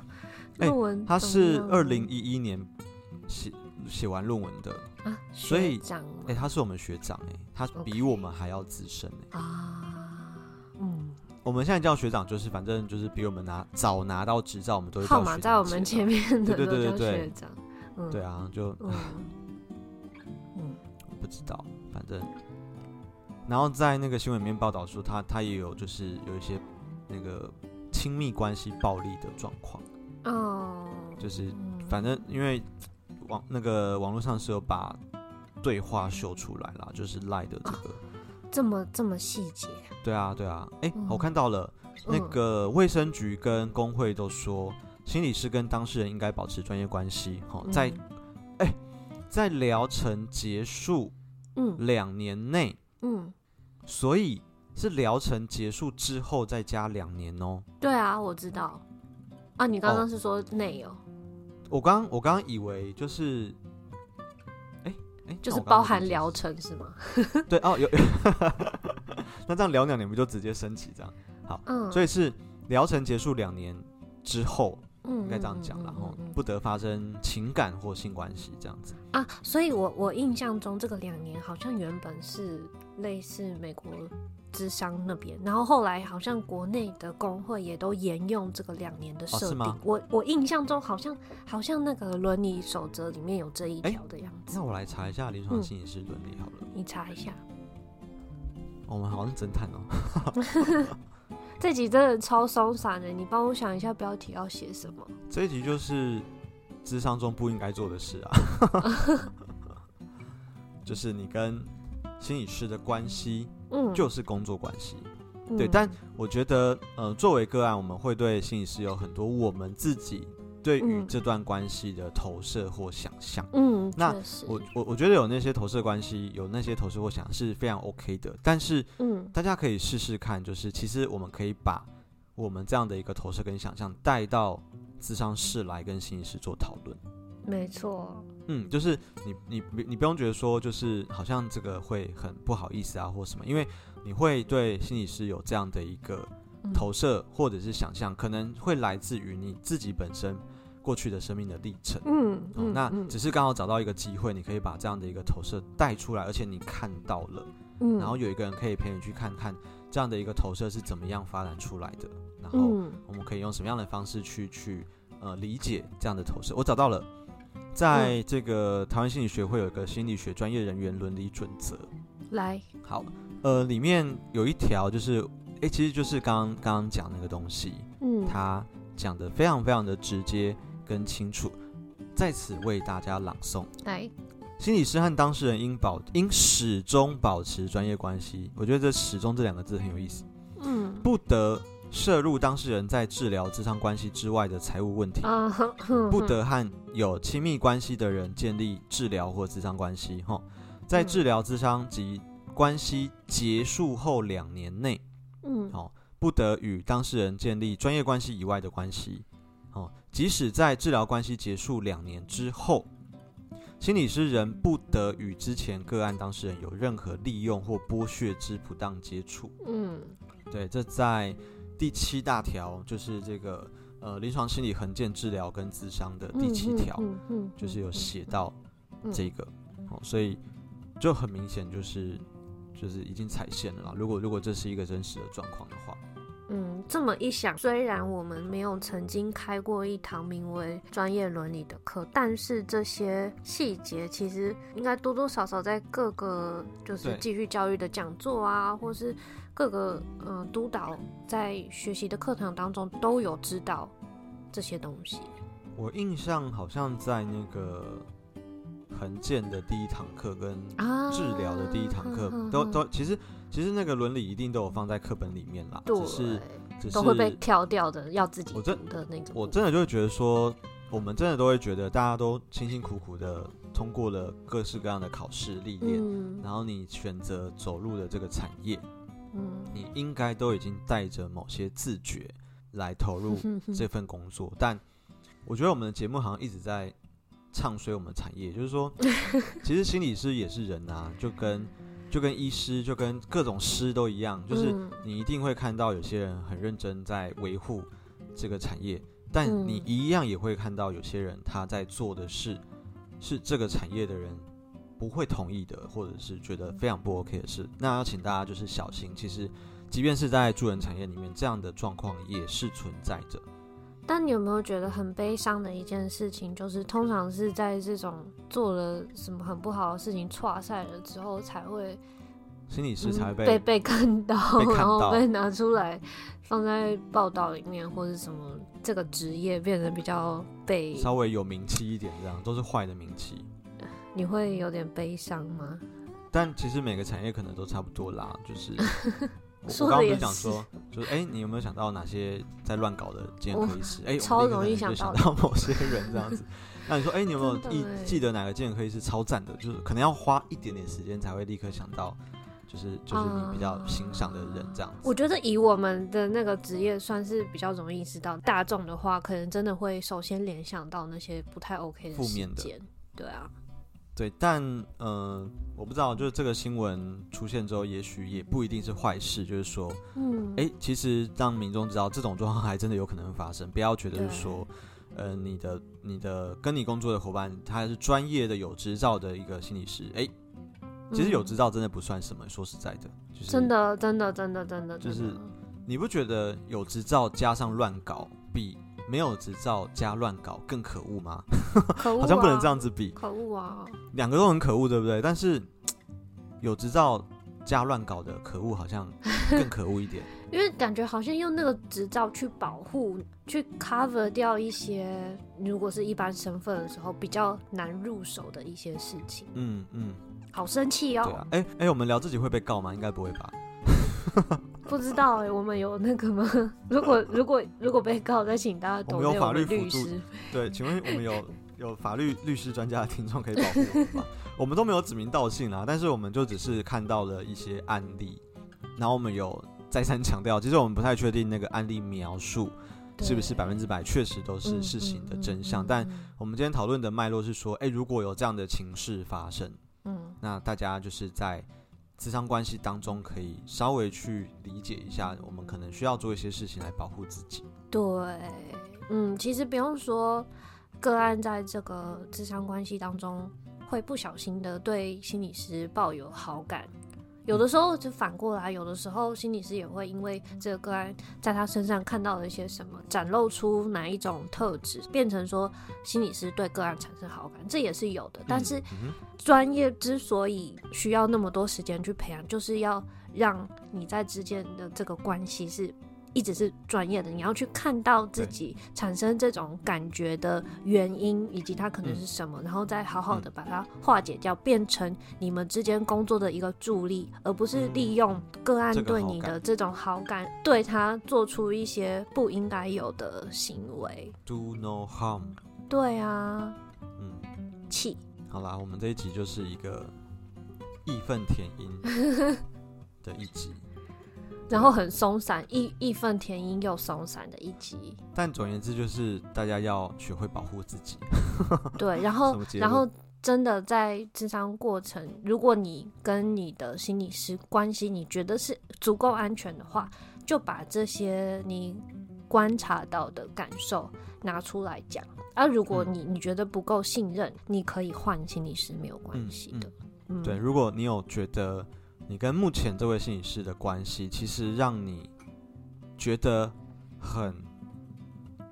Speaker 1: 哎
Speaker 2: 论文
Speaker 1: 他
Speaker 2: 怎么
Speaker 1: 是
Speaker 2: 样
Speaker 1: 二零一一年写写完论文的，
Speaker 2: 啊，
Speaker 1: 所以
Speaker 2: 学长嘛
Speaker 1: 哎、他是我们学长哎、他比
Speaker 2: OK
Speaker 1: 我们还要资深哎、
Speaker 2: 啊，嗯，
Speaker 1: 我们现在叫学长，就是反正就是比我们拿早拿到执照，我们都会叫
Speaker 2: 号
Speaker 1: 学
Speaker 2: 码
Speaker 1: 长
Speaker 2: 在我们
Speaker 1: 姐嘛。
Speaker 2: 前面的
Speaker 1: 对对
Speaker 2: 都
Speaker 1: 对
Speaker 2: 叫
Speaker 1: 对
Speaker 2: 学长，嗯，
Speaker 1: 对啊，就
Speaker 2: 嗯，嗯，
Speaker 1: 不知道，反正。然后在那个新闻里面报道说他他也有就是有一些那个亲密关系暴力的状况，
Speaker 2: 哦，
Speaker 1: 就是
Speaker 2: 嗯
Speaker 1: 反正因为网那个网络上是有把对话秀出来啦，就是赖的这个，
Speaker 2: 嗯这么这么细节，
Speaker 1: 对啊对啊，哎、
Speaker 2: 啊嗯
Speaker 1: 我看到了，那
Speaker 2: 嗯
Speaker 1: 个卫生局跟工会都说，心理师跟当事人应该保持专业关系，好、
Speaker 2: 嗯
Speaker 1: 在、在疗程结束
Speaker 2: 嗯
Speaker 1: 两年内，
Speaker 2: 嗯，
Speaker 1: 所以是疗程结束之后再加两年哦。
Speaker 2: 对啊，我知道啊，你刚
Speaker 1: 哦
Speaker 2: 刚是说内哦，
Speaker 1: 我刚我刚以为就是诶那
Speaker 2: 就是
Speaker 1: 我刚刚
Speaker 2: 包
Speaker 1: 没
Speaker 2: 含
Speaker 1: 解释
Speaker 2: 疗程是吗？
Speaker 1: 对哦，有。 那这样聊两年不就直接升级这样？
Speaker 2: 嗯，
Speaker 1: 所
Speaker 2: 以
Speaker 1: 以是疗程结束两年之后，
Speaker 2: 应
Speaker 1: 应该这样讲，然后
Speaker 2: 不
Speaker 1: 不得发生情感或性关系这样子。
Speaker 2: 啊，所以我我印象中这个两年好像原本是类似美国智商那边，然后后来好像国内的工会也都沿用这个两年的设
Speaker 1: 哦是
Speaker 2: 定。
Speaker 1: 吗
Speaker 2: 我我印象中好像好像那个伦理守则里面有这一
Speaker 1: 哎
Speaker 2: 条的样子，
Speaker 1: 那我来查一下临床
Speaker 2: 嗯
Speaker 1: 心理师伦理好了，
Speaker 2: 你查一下。
Speaker 1: 我们好像侦探哦。
Speaker 2: 这集真的超松散的，你帮我想一下标题要写什么。
Speaker 1: 这一题就是智商中不应该做的事啊， 就是你跟心理师的关系
Speaker 2: 嗯，
Speaker 1: 就是工作关系。对，
Speaker 2: 嗯
Speaker 1: 但我觉得，呃，作为个案，我们会对心理师有很多我们自己对于
Speaker 2: 嗯
Speaker 1: 这段关系的投射或想象。
Speaker 2: 嗯，
Speaker 1: 那
Speaker 2: 确实
Speaker 1: 我我我觉得有那些投射关系，有那些投射或想是非常 OK 的，但是
Speaker 2: 嗯
Speaker 1: 大家可以试试看，就是其实我们可以把我们这样的一个投射跟想象带到咨商室来跟心理师做讨论。
Speaker 2: 没错，
Speaker 1: 嗯，就是你你你你不用觉得说就是好像这个会很不好意思啊或什么，因为你会对心理师有这样的一个
Speaker 2: 嗯
Speaker 1: 投射或者是想象，可能会来自于你自己本身过去的生命的历程。
Speaker 2: 嗯
Speaker 1: 哦
Speaker 2: 嗯，
Speaker 1: 那
Speaker 2: 嗯
Speaker 1: 只是刚好找到一个机会，你可以把这样的一个投射带出来，而且你看到了，
Speaker 2: 嗯
Speaker 1: 然后有一个人可以陪你去看看这样的一个投射是怎么样发展出来的，然后
Speaker 2: 嗯
Speaker 1: 我们可以用什么样的方式去去呃理解这样的投射。我找到了，
Speaker 2: 嗯
Speaker 1: 在这个台湾心理学会有一个心理学专业人员伦理准则，
Speaker 2: 来
Speaker 1: 好，呃，里面有一条就是，诶，其实就是刚刚刚刚讲那个东西，
Speaker 2: 嗯
Speaker 1: 他讲的非常非常的直接跟清楚，在此为大家朗诵。
Speaker 2: 来
Speaker 1: 心理师和当事人应保应始终保持专业关系，我觉得这“始终”这两个字很有意思，
Speaker 2: 嗯
Speaker 1: 不得涉入当事人在治疗智商关系之外的财务问题，
Speaker 2: 啊哼哼
Speaker 1: 不
Speaker 2: 哼
Speaker 1: 得和有亲密关系的人建立治疗或智商关系。哈，在
Speaker 2: 嗯
Speaker 1: 治疗智商及关系结束后两年内，
Speaker 2: 嗯
Speaker 1: 哦，不得与当事人建立专业关系以外的关系。哦，即使在治疗关系结束两年之后，心理师仍不得与之前个案当事人有任何利用或剥削之不当接触。
Speaker 2: 嗯
Speaker 1: 对，这在第七大条，就是这个呃临床心理横件治疗跟咨商的第七条，
Speaker 2: 嗯嗯嗯
Speaker 1: 就是有
Speaker 2: 嗯
Speaker 1: 写到
Speaker 2: 嗯
Speaker 1: 这个。哦，所以就很明显就是就是已经踩线了啦。如果如果这是一个真实的状况的话。
Speaker 2: 嗯，这么一想，虽然我们没有曾经开过一堂名为专业伦理的课，但是这些细节其实应该多多少少在各个就是
Speaker 1: 对
Speaker 2: 继续教育的讲座啊，或是各个嗯、呃督导在学习的课堂当中都有知道这些东西。
Speaker 1: 我印象好像在那个横建的第一堂课跟
Speaker 2: 啊，
Speaker 1: 治疗的第一堂
Speaker 2: 嗯
Speaker 1: 课、都都，其实其实那个伦理一定都有放在课本里面啦，
Speaker 2: 对
Speaker 1: 只是只是
Speaker 2: 都会被挑掉的，要自己
Speaker 1: 我
Speaker 2: 读
Speaker 1: 真
Speaker 2: 的那个部分。
Speaker 1: 我真的就会觉得说，我们真的都会觉得大家都辛辛苦苦的通过了各式各样的考试历练，
Speaker 2: 嗯
Speaker 1: 然后你选择走入了这个产业，
Speaker 2: 嗯，
Speaker 1: 你应该都已经带着某些自觉来投入
Speaker 2: 嗯
Speaker 1: 这份工作，但我觉得我们的节目好像一直在唱衰我们的产业，就是 说，
Speaker 2: 嗯
Speaker 1: 其实心理师也是人啊，就跟就跟医师，就跟各种师都一样，就是
Speaker 2: 嗯
Speaker 1: 你一定会看到有些人很认真在维护这个产业，但
Speaker 2: 嗯
Speaker 1: 你一样也会看到有些人他在做的事是这个产业的人。不会同意的，或者是觉得非常不 OK 的事，那要请大家就是小心。其实，即便是在助人产业里面，这样的状况也是存在着。
Speaker 2: 但你有没有觉得很悲伤的一件事情，就是通常是在这种做了什么很不好的事情岔赛了之后，才会
Speaker 1: 心理师才会被、
Speaker 2: 嗯被被看到，
Speaker 1: 被看
Speaker 2: 然后
Speaker 1: 到
Speaker 2: 被拿出来放在报道里面，或者什么这个职业变得比较被，
Speaker 1: 稍微有名气一点，这样都是坏的名气。
Speaker 2: 你会有点悲伤吗？
Speaker 1: 但其实每个产业可能都差不多啦，就是 我
Speaker 2: 说
Speaker 1: 我刚刚
Speaker 2: 得也
Speaker 1: 就讲说，就是哎、你有没有想到哪些在乱搞的健科医师？哎、我们
Speaker 2: 超
Speaker 1: 立刻
Speaker 2: 容易
Speaker 1: 可能就
Speaker 2: 想
Speaker 1: 想
Speaker 2: 到
Speaker 1: 到某些人这样 子。那你说，哎、你有没有
Speaker 2: 真的
Speaker 1: 记
Speaker 2: 欸
Speaker 1: 记得哪个健科医师超赞的？就是可能要花一点点时间才会立刻想到，就是就是你比较欣赏的人这样子。
Speaker 2: 啊我觉得以我们的那个职业算是比较容易意识到，大众的话可能真的会首先联想到那些不太 OK 的
Speaker 1: 负
Speaker 2: 事
Speaker 1: 面的
Speaker 2: 件，对啊，
Speaker 1: 对，但呃，我不知道，就是这个新闻出现之后，也许也不一定是坏事，就是说，
Speaker 2: 嗯，
Speaker 1: 哎，其实让民众知道这种状况还真的有可能发生，不要觉得是说，呃，你的你的跟你工作的伙伴他是专业的有执照的一个心理师，哎，其实有执
Speaker 2: 嗯
Speaker 1: 照真的不算什么，说实在的，就是
Speaker 2: 真，的，真的，真的，真的，
Speaker 1: 就
Speaker 2: 真的
Speaker 1: 是 你不觉得有执照加上乱搞比没有执照加乱搞更可恶吗？
Speaker 2: 可恶、啊，
Speaker 1: 好像不能这，样子比，
Speaker 2: 可恶啊！
Speaker 1: 两个都很可恶，对不对？但是有执照加乱搞的可恶，好像更可恶一 点。
Speaker 2: 因为感觉好像用那个执照去保护、去 cover 掉一些，如果是一般身份的时候比较难入手的一些事情，
Speaker 1: 嗯嗯，
Speaker 2: 好生气哦！
Speaker 1: 对啊。哎哎，我们聊自己会被告吗？应该不会吧？
Speaker 2: 不知道哎、我们有那个 吗？如果如果如果被告，再请大家
Speaker 1: 我
Speaker 2: 懂
Speaker 1: 们有法律辅
Speaker 2: 律
Speaker 1: 助
Speaker 2: 师。
Speaker 1: 对，请问我们有有法律律师专家的听众可以保护我们吗？我们都没有指名道姓啊，但是我们就只是看到了一些案例，然后我们有再三强调，其实我们不太确定那个案例描述是不是
Speaker 2: 对
Speaker 1: 百分之百确实都是
Speaker 2: 嗯
Speaker 1: 事情的
Speaker 2: 嗯
Speaker 1: 真
Speaker 2: 嗯
Speaker 1: 相，
Speaker 2: 嗯
Speaker 1: 但我们今天讨论的脉络是说，哎，如果有这样的情势发生。
Speaker 2: 嗯，
Speaker 1: 那大家就是在智商关系当中，可以稍微去理解一下，我们可能需要做一些事情来保护自己。
Speaker 2: 对，嗯，其实不用说，个案在这个智商关系当中会不小心的对心理师抱有好感。有的时候就反过来，有的时候心理师也会因为这个个案在他身上看到了一些什么，展露出哪一种特质，变成说心理师对个案产生好感，这也是有的。但是
Speaker 1: 嗯
Speaker 2: 专业之所以需要那么多时间去培养，就是要让你在之间的这个关系是一直是专业的，你要去看到自己产生这种感觉的原因，以及它可
Speaker 1: 嗯
Speaker 2: 能是什么，然后再好好的把它化解掉，变成你们之间工作的一个助力，而不是利用个案
Speaker 1: 嗯这个
Speaker 2: 对
Speaker 1: 好
Speaker 2: 你的
Speaker 1: 感
Speaker 2: 这种好感，对他做出一些不应该有的行为。
Speaker 1: Do no harm。
Speaker 2: 对啊，
Speaker 1: 嗯，
Speaker 2: 气。
Speaker 1: 好啦，我们这一集就是一个义愤填膺 的一集。
Speaker 2: 然后很松散，义义愤填膺又松散的一 集。
Speaker 1: 但总而言之，就是大家要学会保护自己。
Speaker 2: 对，然
Speaker 1: 什
Speaker 2: 后
Speaker 1: 么结论
Speaker 2: 然后真的在智商过程，如果你跟你的心理师关系你觉得是足够安全的话，就把这些你观察到的感受拿出来讲。啊，如果
Speaker 1: 嗯
Speaker 2: 你你觉得不够信任，你可以换心理师没有关系的。嗯，
Speaker 1: 对，如果你有觉得你跟目前这位心理师的关系，其实让你觉得很，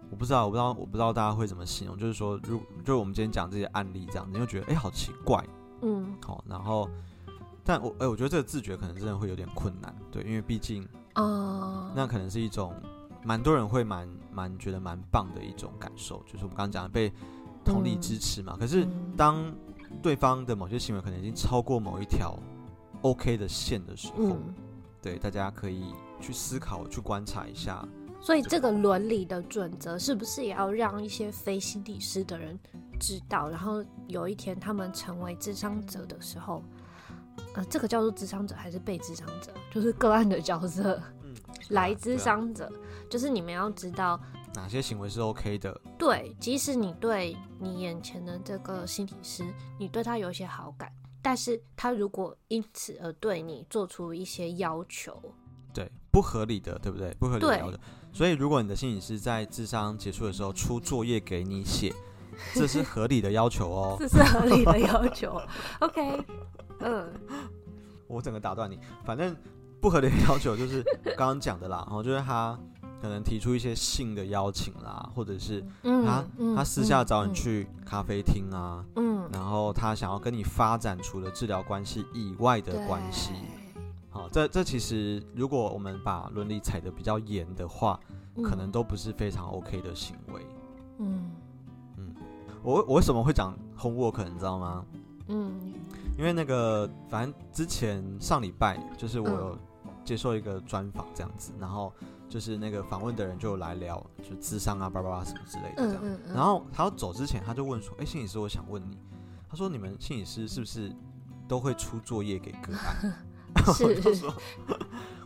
Speaker 1: 我不知道，我不知道，我不知道大家会怎么形容，就是说，如就我们今天讲这些案例这样，你会觉得哎、诶好奇怪，
Speaker 2: 嗯
Speaker 1: 好、然后，但我哎、我觉得这个自觉可能真的会有点困难，对，因为毕竟
Speaker 2: 啊、
Speaker 1: 那可能是一种蛮多人会蛮蛮觉得蛮棒的一种感受，就是我们刚刚讲的被同理
Speaker 2: 嗯
Speaker 1: 支持嘛，可是。
Speaker 2: 嗯
Speaker 1: 当对方的某些行为可能已经超过某一条 OK 的线的时候，
Speaker 2: 嗯，
Speaker 1: 对大家可以去思考、去观察一下。
Speaker 2: 所以这个伦理的准则是不是也要让一些非心理师的人知道？然后有一天他们成为智商者的时候，呃，这个叫做智商者还是被智商者？就是个案的角色，
Speaker 1: 嗯，
Speaker 2: 来智商者，就是你们要知道，
Speaker 1: 哪些行为是 OK 的？
Speaker 2: 对，即使你对你眼前的这个心理师，你对他有一些好感，但是他如果因此而对你做出一些要求，
Speaker 1: 对，不合理的，对不对？不合理
Speaker 2: 对
Speaker 1: 的。所以，如果你的心理师在智商结束的时候出作业给你写，这是合理的要求哦。
Speaker 2: 这是合理的要求。OK，嗯。
Speaker 1: 我整个打断你，反正不合理的要求 就是刚刚讲的啦，然后就是他可能提出一些性的邀请啦，或者是他、
Speaker 2: 嗯
Speaker 1: 他私下找你，
Speaker 2: 嗯
Speaker 1: 去咖啡厅啊，
Speaker 2: 嗯，
Speaker 1: 然后他想要跟你发展除了治疗关系以外的
Speaker 2: 对
Speaker 1: 关系。好，这这其实如果我们把伦理踩得比较严的话，可能都不是非常 OK 的行为。
Speaker 2: 嗯
Speaker 1: 我我为什么会讲 homework，你知道吗？
Speaker 2: 嗯
Speaker 1: 因为那个反正之前上礼拜就是我
Speaker 2: 嗯
Speaker 1: 有接受一个专访这样子，然后就是那个访问的人就来聊，就智商啊、叭叭叭什么之类的这
Speaker 2: 嗯
Speaker 1: 样。
Speaker 2: 嗯，
Speaker 1: 然后他要走之前，他就问说：“哎、心理师，我想问你，他说你们心理师是不是都会出作业给个案？”我 就是说，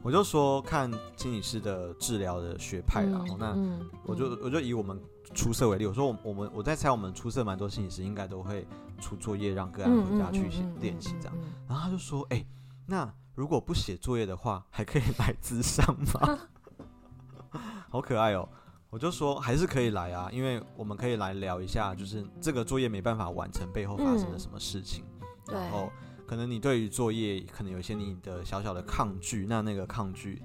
Speaker 1: 我就说看心理师的治疗的学派啦。哦那
Speaker 2: 嗯
Speaker 1: 我就我就以我们出社为例，我说我我们我在猜，我们出社蛮多心理师应该都会出作业让个案
Speaker 2: 嗯
Speaker 1: 回
Speaker 2: 嗯
Speaker 1: 家去
Speaker 2: 嗯
Speaker 1: 写
Speaker 2: 嗯
Speaker 1: 练
Speaker 2: 嗯
Speaker 1: 习这样。
Speaker 2: 嗯嗯
Speaker 1: 然后他就说：“哎、那如果不写作业的话，还可以来咨商吗？” 好可爱哦！我就说还是可以来啊，因为我们可以来聊一下，就是这个作业没办法完成背后发生了
Speaker 2: 嗯
Speaker 1: 什么事情，
Speaker 2: 对
Speaker 1: 然后可能你对于作业可能有一些你的小小的抗拒，那那个抗拒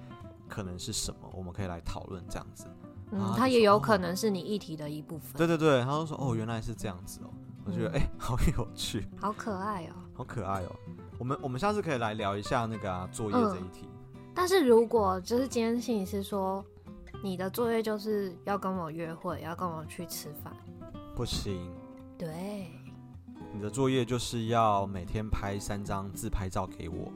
Speaker 1: 可能是什么？我们可以来讨论这样子。然后
Speaker 2: 嗯，
Speaker 1: 他
Speaker 2: 它
Speaker 1: 就
Speaker 2: 也
Speaker 1: 说
Speaker 2: 有
Speaker 1: 哦
Speaker 2: 可能是你议题的一部分，
Speaker 1: 对对对，他就说：“哦，原来是这样子哦。”我觉得
Speaker 2: 嗯
Speaker 1: 哎、好有趣，
Speaker 2: 好可爱哦、
Speaker 1: 好可爱哦。我们我们下次可以来聊一下那个、啊、作业这一
Speaker 2: 嗯
Speaker 1: 题。
Speaker 2: 但是如果就是今天信是说你的作业就是要跟我约会，要跟我去吃饭，
Speaker 1: 不行，
Speaker 2: 对，
Speaker 1: 哎你的作业就是要每天拍三张自拍照给我。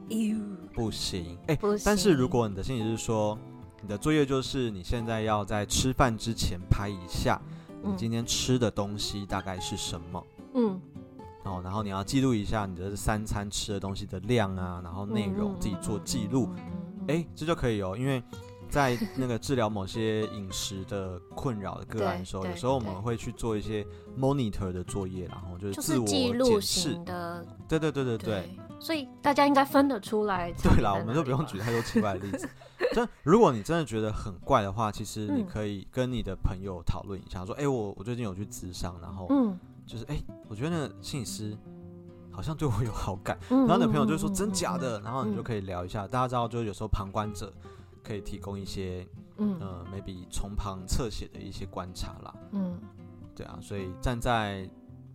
Speaker 1: 不行，哎、
Speaker 2: 不行。
Speaker 1: 但是如果你的心理是说，你的作业就是你现在要在吃饭之前拍一下你
Speaker 2: 嗯
Speaker 1: 今天吃的东西大概是什么。
Speaker 2: 嗯
Speaker 1: 哦，然后你要记录一下你的三餐吃的东西的量啊，然
Speaker 2: 嗯
Speaker 1: 后内容自己做记录，，哎、这就可以哦，因为在那个治疗某些饮食的困扰的个案的时候，
Speaker 2: 对
Speaker 1: 有
Speaker 2: 对
Speaker 1: 时候我
Speaker 2: 对
Speaker 1: 们会去做一些 monitor 的作业啦，然后就是
Speaker 2: 就
Speaker 1: 自
Speaker 2: 是
Speaker 1: 我
Speaker 2: 记录
Speaker 1: 检视
Speaker 2: 型，的，
Speaker 1: 对对对对对
Speaker 2: 对，所以大家应该分得出来差别在哪里吧。
Speaker 1: 对啦，我们就不用举太多奇怪的例 子。真，如果你真的觉得很怪的话，其实你
Speaker 2: 嗯
Speaker 1: 可以跟你的朋友讨论一下，说，哎、我我最近有去咨商，然后
Speaker 2: 嗯，
Speaker 1: 就是，哎、我觉得那个心理师好像对我有好感，
Speaker 2: 嗯，
Speaker 1: 然后你的
Speaker 2: 嗯
Speaker 1: 朋友就说
Speaker 2: 嗯
Speaker 1: 真
Speaker 2: 嗯
Speaker 1: 假
Speaker 2: 嗯
Speaker 1: 的，然后你就
Speaker 2: 嗯
Speaker 1: 可以聊一下。大家知道，就是有时候旁观者可以提供一些，
Speaker 2: 嗯
Speaker 1: 呃，maybe 从旁侧写的一些观察啦，
Speaker 2: 嗯，
Speaker 1: 对啊，所以站在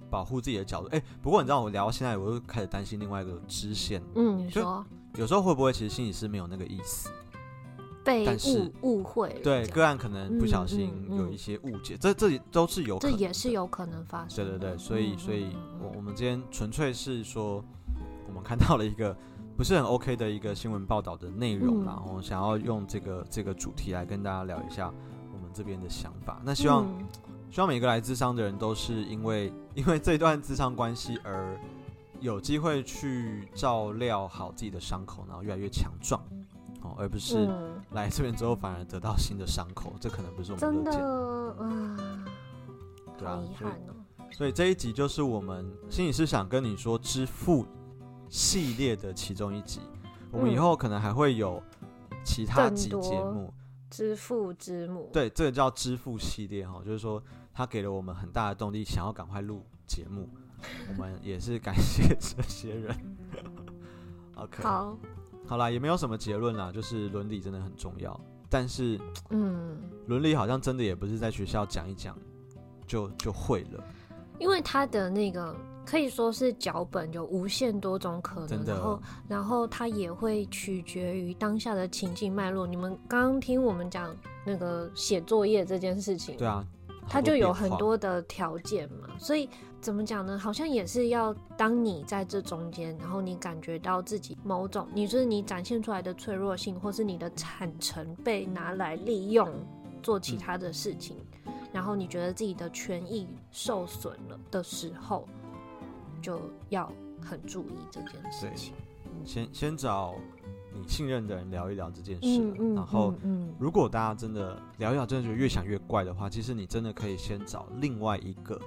Speaker 1: 保护自己的角度，哎、不过你知道我聊到现在，我又开始担心另外一个支线，
Speaker 2: 嗯，你
Speaker 1: 就
Speaker 2: 说
Speaker 1: 有时候会不会其实心理师没有那个意思？
Speaker 2: 被
Speaker 1: 但是
Speaker 2: 误误会了这
Speaker 1: 对
Speaker 2: 样，，
Speaker 1: 个案可能不小心
Speaker 2: 嗯嗯
Speaker 1: 有一些误解，这这也都是有可
Speaker 2: 这
Speaker 1: 能的，
Speaker 2: 也是有可能发
Speaker 1: 对
Speaker 2: 生
Speaker 1: 对
Speaker 2: 的。
Speaker 1: 对，所以
Speaker 2: 嗯
Speaker 1: 所以
Speaker 2: 嗯嗯
Speaker 1: 我我们今天纯粹是说，我们看到了一个不是很 OK 的一个新闻报道的内容啦，
Speaker 2: 嗯
Speaker 1: 然后想要用这个这个主题来跟大家聊一下我们这边的想法。那希望、
Speaker 2: 嗯
Speaker 1: 希望每个来咨商的人都是因为 因为这段咨商关系而有机会去照料好自己的伤口，然后越来越强壮哦，而不是
Speaker 2: 嗯
Speaker 1: 来这边之后反而得到新的伤口，这可能不是我们
Speaker 2: 真
Speaker 1: 乐
Speaker 2: 的
Speaker 1: 见，
Speaker 2: 啊，
Speaker 1: 对
Speaker 2: 好
Speaker 1: 啊
Speaker 2: 遗，
Speaker 1: 所以
Speaker 2: 憾哦。
Speaker 1: 所以这一集就是我们心理师想跟你说支付系列的其中一集。我们以
Speaker 2: 嗯
Speaker 1: 后可能还会有其他
Speaker 2: 更
Speaker 1: 集
Speaker 2: 多
Speaker 1: 节目，
Speaker 2: 之父之母，，
Speaker 1: 对，这个叫支付系列哈，就是说他给了我们很大的动力，想要赶快录节目。我们也是感谢这些人。OK，
Speaker 2: 好，
Speaker 1: 好啦，也没有什么结论啦，就是伦理真的很重要，但是
Speaker 2: 嗯，
Speaker 1: 伦理好像真的也不是在学校讲一讲就就会了。
Speaker 2: 因为他的那个可以说是脚本有无限多种可
Speaker 1: 真
Speaker 2: 能，
Speaker 1: 的
Speaker 2: 然后然后它也会取决于当下的情境脉络。你们刚刚听我们讲那个写作业这件事情，
Speaker 1: 对啊，
Speaker 2: 它就有很
Speaker 1: 多变化。
Speaker 2: 多的条件嘛，所以怎么讲呢？好像也是要当你在这中间，然后你感觉到自己某种，你就是你展现出来的脆弱性，或是你的产程被拿来利用做
Speaker 1: 嗯
Speaker 2: 其他的事情，然后你觉得自己的权益受损了的时候，就要很注意这件事情。
Speaker 1: 先先找你信任的人聊一聊这件事
Speaker 2: 嗯
Speaker 1: 啦，
Speaker 2: 嗯，
Speaker 1: 然后
Speaker 2: 嗯
Speaker 1: 如果大家真的聊一聊，真的觉得越想越怪的话，其实你真的可以先找另外一个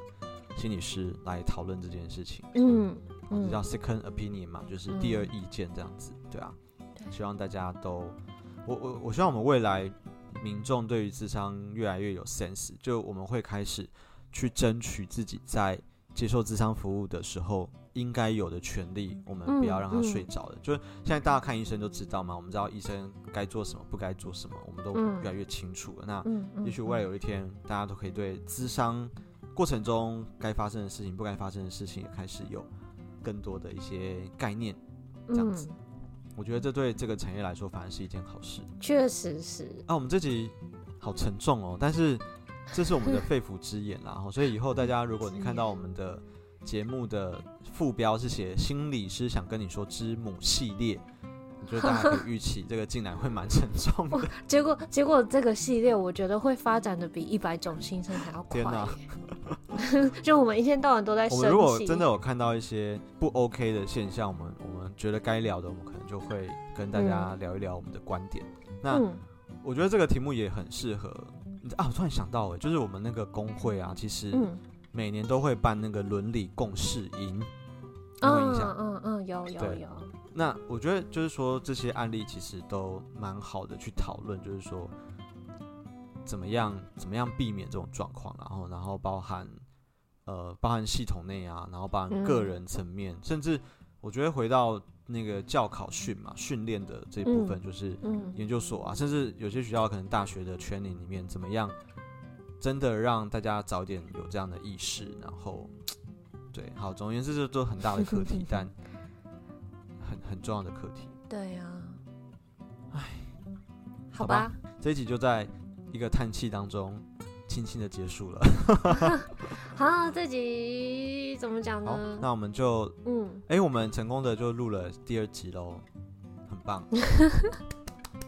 Speaker 1: 心理师来讨论这件事情，
Speaker 2: 嗯
Speaker 1: 这
Speaker 2: 嗯
Speaker 1: 叫 second opinion 嘛，就是第二意见这样子，对啊。
Speaker 2: 对
Speaker 1: 希望大家都，我我我希望我们未来民众对于智商越来越有 sense，就我们会开始去争取自己在接受智商服务的时候应该有的权利，我们不要
Speaker 2: 嗯
Speaker 1: 让他
Speaker 2: 嗯
Speaker 1: 睡着了。就是现在大家看医生就知道嘛，我们知道医生该做什么，不该做什么，我们都
Speaker 2: 嗯
Speaker 1: 越来越清楚了。那
Speaker 2: 嗯嗯，
Speaker 1: 也许未来
Speaker 2: 嗯
Speaker 1: 有一天，大家都可以对智商过程中该发生的事情、不该发生的事情也开始有更多的一些概念。这样子
Speaker 2: 嗯
Speaker 1: 我觉得这对这个产业来说反而是一件好事。
Speaker 2: 嗯确实是，
Speaker 1: 啊，我们这集好沉重哦，但是这是我们的肺腑之言啦。吼所以以后大家如果你看到我们的节目的副标是写“心理师想跟你说之母系列”，你觉得大家可以预期这个进来会蛮沉重的。
Speaker 2: 结果结果这个系列，我觉得会发展的比一百种新生还要快
Speaker 1: 天哪
Speaker 2: 耶 就我们一天到晚都在
Speaker 1: 我
Speaker 2: 生气。
Speaker 1: 们如果真的有看到一些不 OK 的现象，我们我们觉得该聊的，我们可能就会跟大家聊一聊我们的观点。那、
Speaker 2: 嗯
Speaker 1: 我觉得这个题目也很适合。啊，我突然想到，哎，就是我们那个工会啊，其实
Speaker 2: 嗯
Speaker 1: 每年都会办那个伦理共事营，有没有印象？
Speaker 2: 嗯嗯嗯，有有
Speaker 1: 对
Speaker 2: 有，
Speaker 1: 那我觉得就是说这些案例其实都蛮好的去讨论，就是说怎么样怎么样避免这种状况，啊然后然后包含呃包含系统内啊，然后包含个
Speaker 2: 嗯
Speaker 1: 人层面，甚至我觉得回到那个教考训嘛训练的这一部分，
Speaker 2: 嗯
Speaker 1: 就是
Speaker 2: 嗯
Speaker 1: 研究所啊，甚至有些学校可能大学的 training 里面，怎么样真的让大家早点有这样的意识，然后对，好，总而言之，这都很大的课 题，但很很重要的课题。
Speaker 2: 对呀、
Speaker 1: 唉，
Speaker 2: 好
Speaker 1: 好
Speaker 2: 吧
Speaker 1: 吧，这一集就在一个叹气当中，轻轻的结束了。
Speaker 2: 好，这集怎么讲
Speaker 1: 好，
Speaker 2: 呢？
Speaker 1: 那我们就
Speaker 2: 嗯，
Speaker 1: 哎、我们成功的就录了第二集喽，很 棒，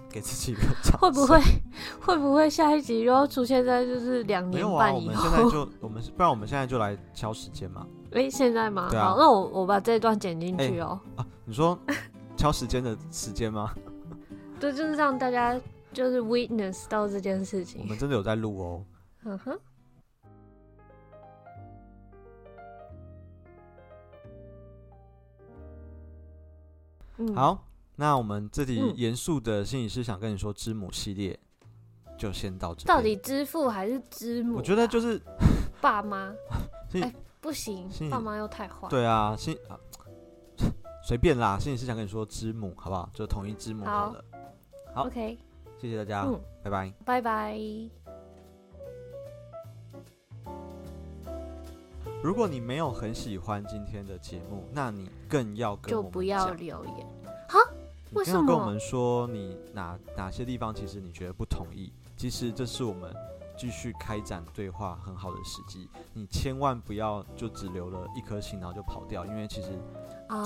Speaker 1: 给自己一个掌声。
Speaker 2: 会不会 会不会下一集又要出现在就是两
Speaker 1: 没
Speaker 2: 年
Speaker 1: 有啊？
Speaker 2: 半
Speaker 1: 我
Speaker 2: 以
Speaker 1: 们现在
Speaker 2: 后？
Speaker 1: 就我们不然我们现在就来敲时间嘛。
Speaker 2: 诶，现在吗？
Speaker 1: 对啊
Speaker 2: 好，那我我把这段剪进去哦。
Speaker 1: 啊，你 说挑时间的时间吗？
Speaker 2: 对，就是让大家就是 witness 到这件事
Speaker 1: 我
Speaker 2: 情。
Speaker 1: 们真的有在录哦。
Speaker 2: 嗯哼。嗯，
Speaker 1: 好，那我们这里
Speaker 2: 嗯
Speaker 1: 严肃的心理师想跟你说，之母系列就先到这边。
Speaker 2: 到底支付还是支母啊？
Speaker 1: 我觉得就是
Speaker 2: 爸妈
Speaker 1: 心理
Speaker 2: 哎不行
Speaker 1: 心，理
Speaker 2: 爸妈又太坏。
Speaker 1: 对啊，心 啊随便啦，心理师想跟你说之母，好不好？就统一之母
Speaker 2: 好
Speaker 1: 好了。好
Speaker 2: ，OK，
Speaker 1: 谢谢大家，
Speaker 2: 嗯，
Speaker 1: 拜拜。
Speaker 2: 拜拜。
Speaker 1: 如果你没有很喜欢今天的节目，那你更要跟
Speaker 2: 就
Speaker 1: 我们
Speaker 2: 不要
Speaker 1: 讲
Speaker 2: 留言，
Speaker 1: 你
Speaker 2: 为
Speaker 1: 更要
Speaker 2: 什
Speaker 1: 跟
Speaker 2: 么
Speaker 1: 我们说你哪哪些地方其实你觉得不同意？其实这是我们继续开展对话很好的时机。你千万不要就只留了一颗心，然后就跑掉，因为其实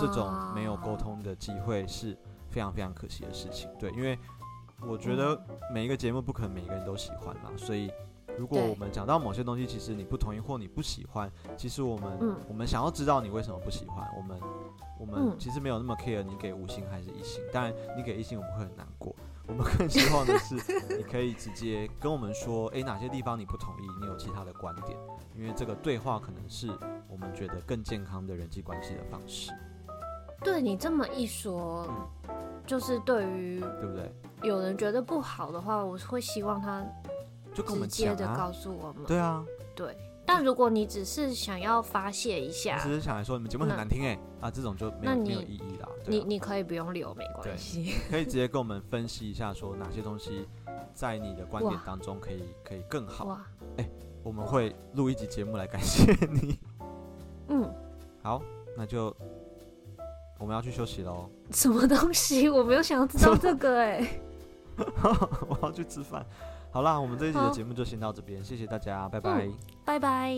Speaker 1: 这种没有沟
Speaker 2: 啊。
Speaker 1: 通的机会是非常非常可惜的事情。对，因为我觉得
Speaker 2: 啊
Speaker 1: 每一个节目不可能每个人都喜欢嘛，所以如果
Speaker 2: 对
Speaker 1: 我们讲到某些东西，其实你不同意或你不喜欢，其实我们、
Speaker 2: 嗯
Speaker 1: 我们想要知道你为什么不喜欢，我们我
Speaker 2: 嗯
Speaker 1: 们其实没有那么 care 你给五星还是一星，当然你给一星我们会很难过。我们更希望的是，你可以直接跟我们说， 诶，哪些地方你不同意，你有其他的观点，因为这个对话可能是我们觉得更健康的人际关系的方式，
Speaker 2: 对你这么一说，
Speaker 1: 嗯
Speaker 2: 就是对于
Speaker 1: 对不对？
Speaker 2: 有人觉得不好的话，我会希望他
Speaker 1: 就跟我
Speaker 2: 直
Speaker 1: 们
Speaker 2: 接
Speaker 1: 讲
Speaker 2: 的
Speaker 1: 啊
Speaker 2: 告，诉我们。
Speaker 1: 对啊，
Speaker 2: 对，但如果你只是想要发泄一
Speaker 1: 我
Speaker 2: 下，
Speaker 1: 只是想来说你们节目很难听哎、啊，这种就没
Speaker 2: 那
Speaker 1: 有
Speaker 2: 你
Speaker 1: 没有意义啦。对
Speaker 2: 你
Speaker 1: 啊、
Speaker 2: 你可以不用留，没关
Speaker 1: 对
Speaker 2: 系。
Speaker 1: 可以直接跟我们分析一下，说哪些东西在你的观点
Speaker 2: 哇
Speaker 1: 当中可以可以更好。
Speaker 2: 哇，
Speaker 1: 我们会录一集节目来感谢你。
Speaker 2: 嗯，
Speaker 1: 好，那就我们要去休息喽，
Speaker 2: 什么东西？我没有想要知道这个哎、
Speaker 1: 我要去吃饭。好啦，我们这一集
Speaker 2: 好嗯
Speaker 1: 的节目就先到这边，谢谢大家，拜拜。
Speaker 2: 拜拜。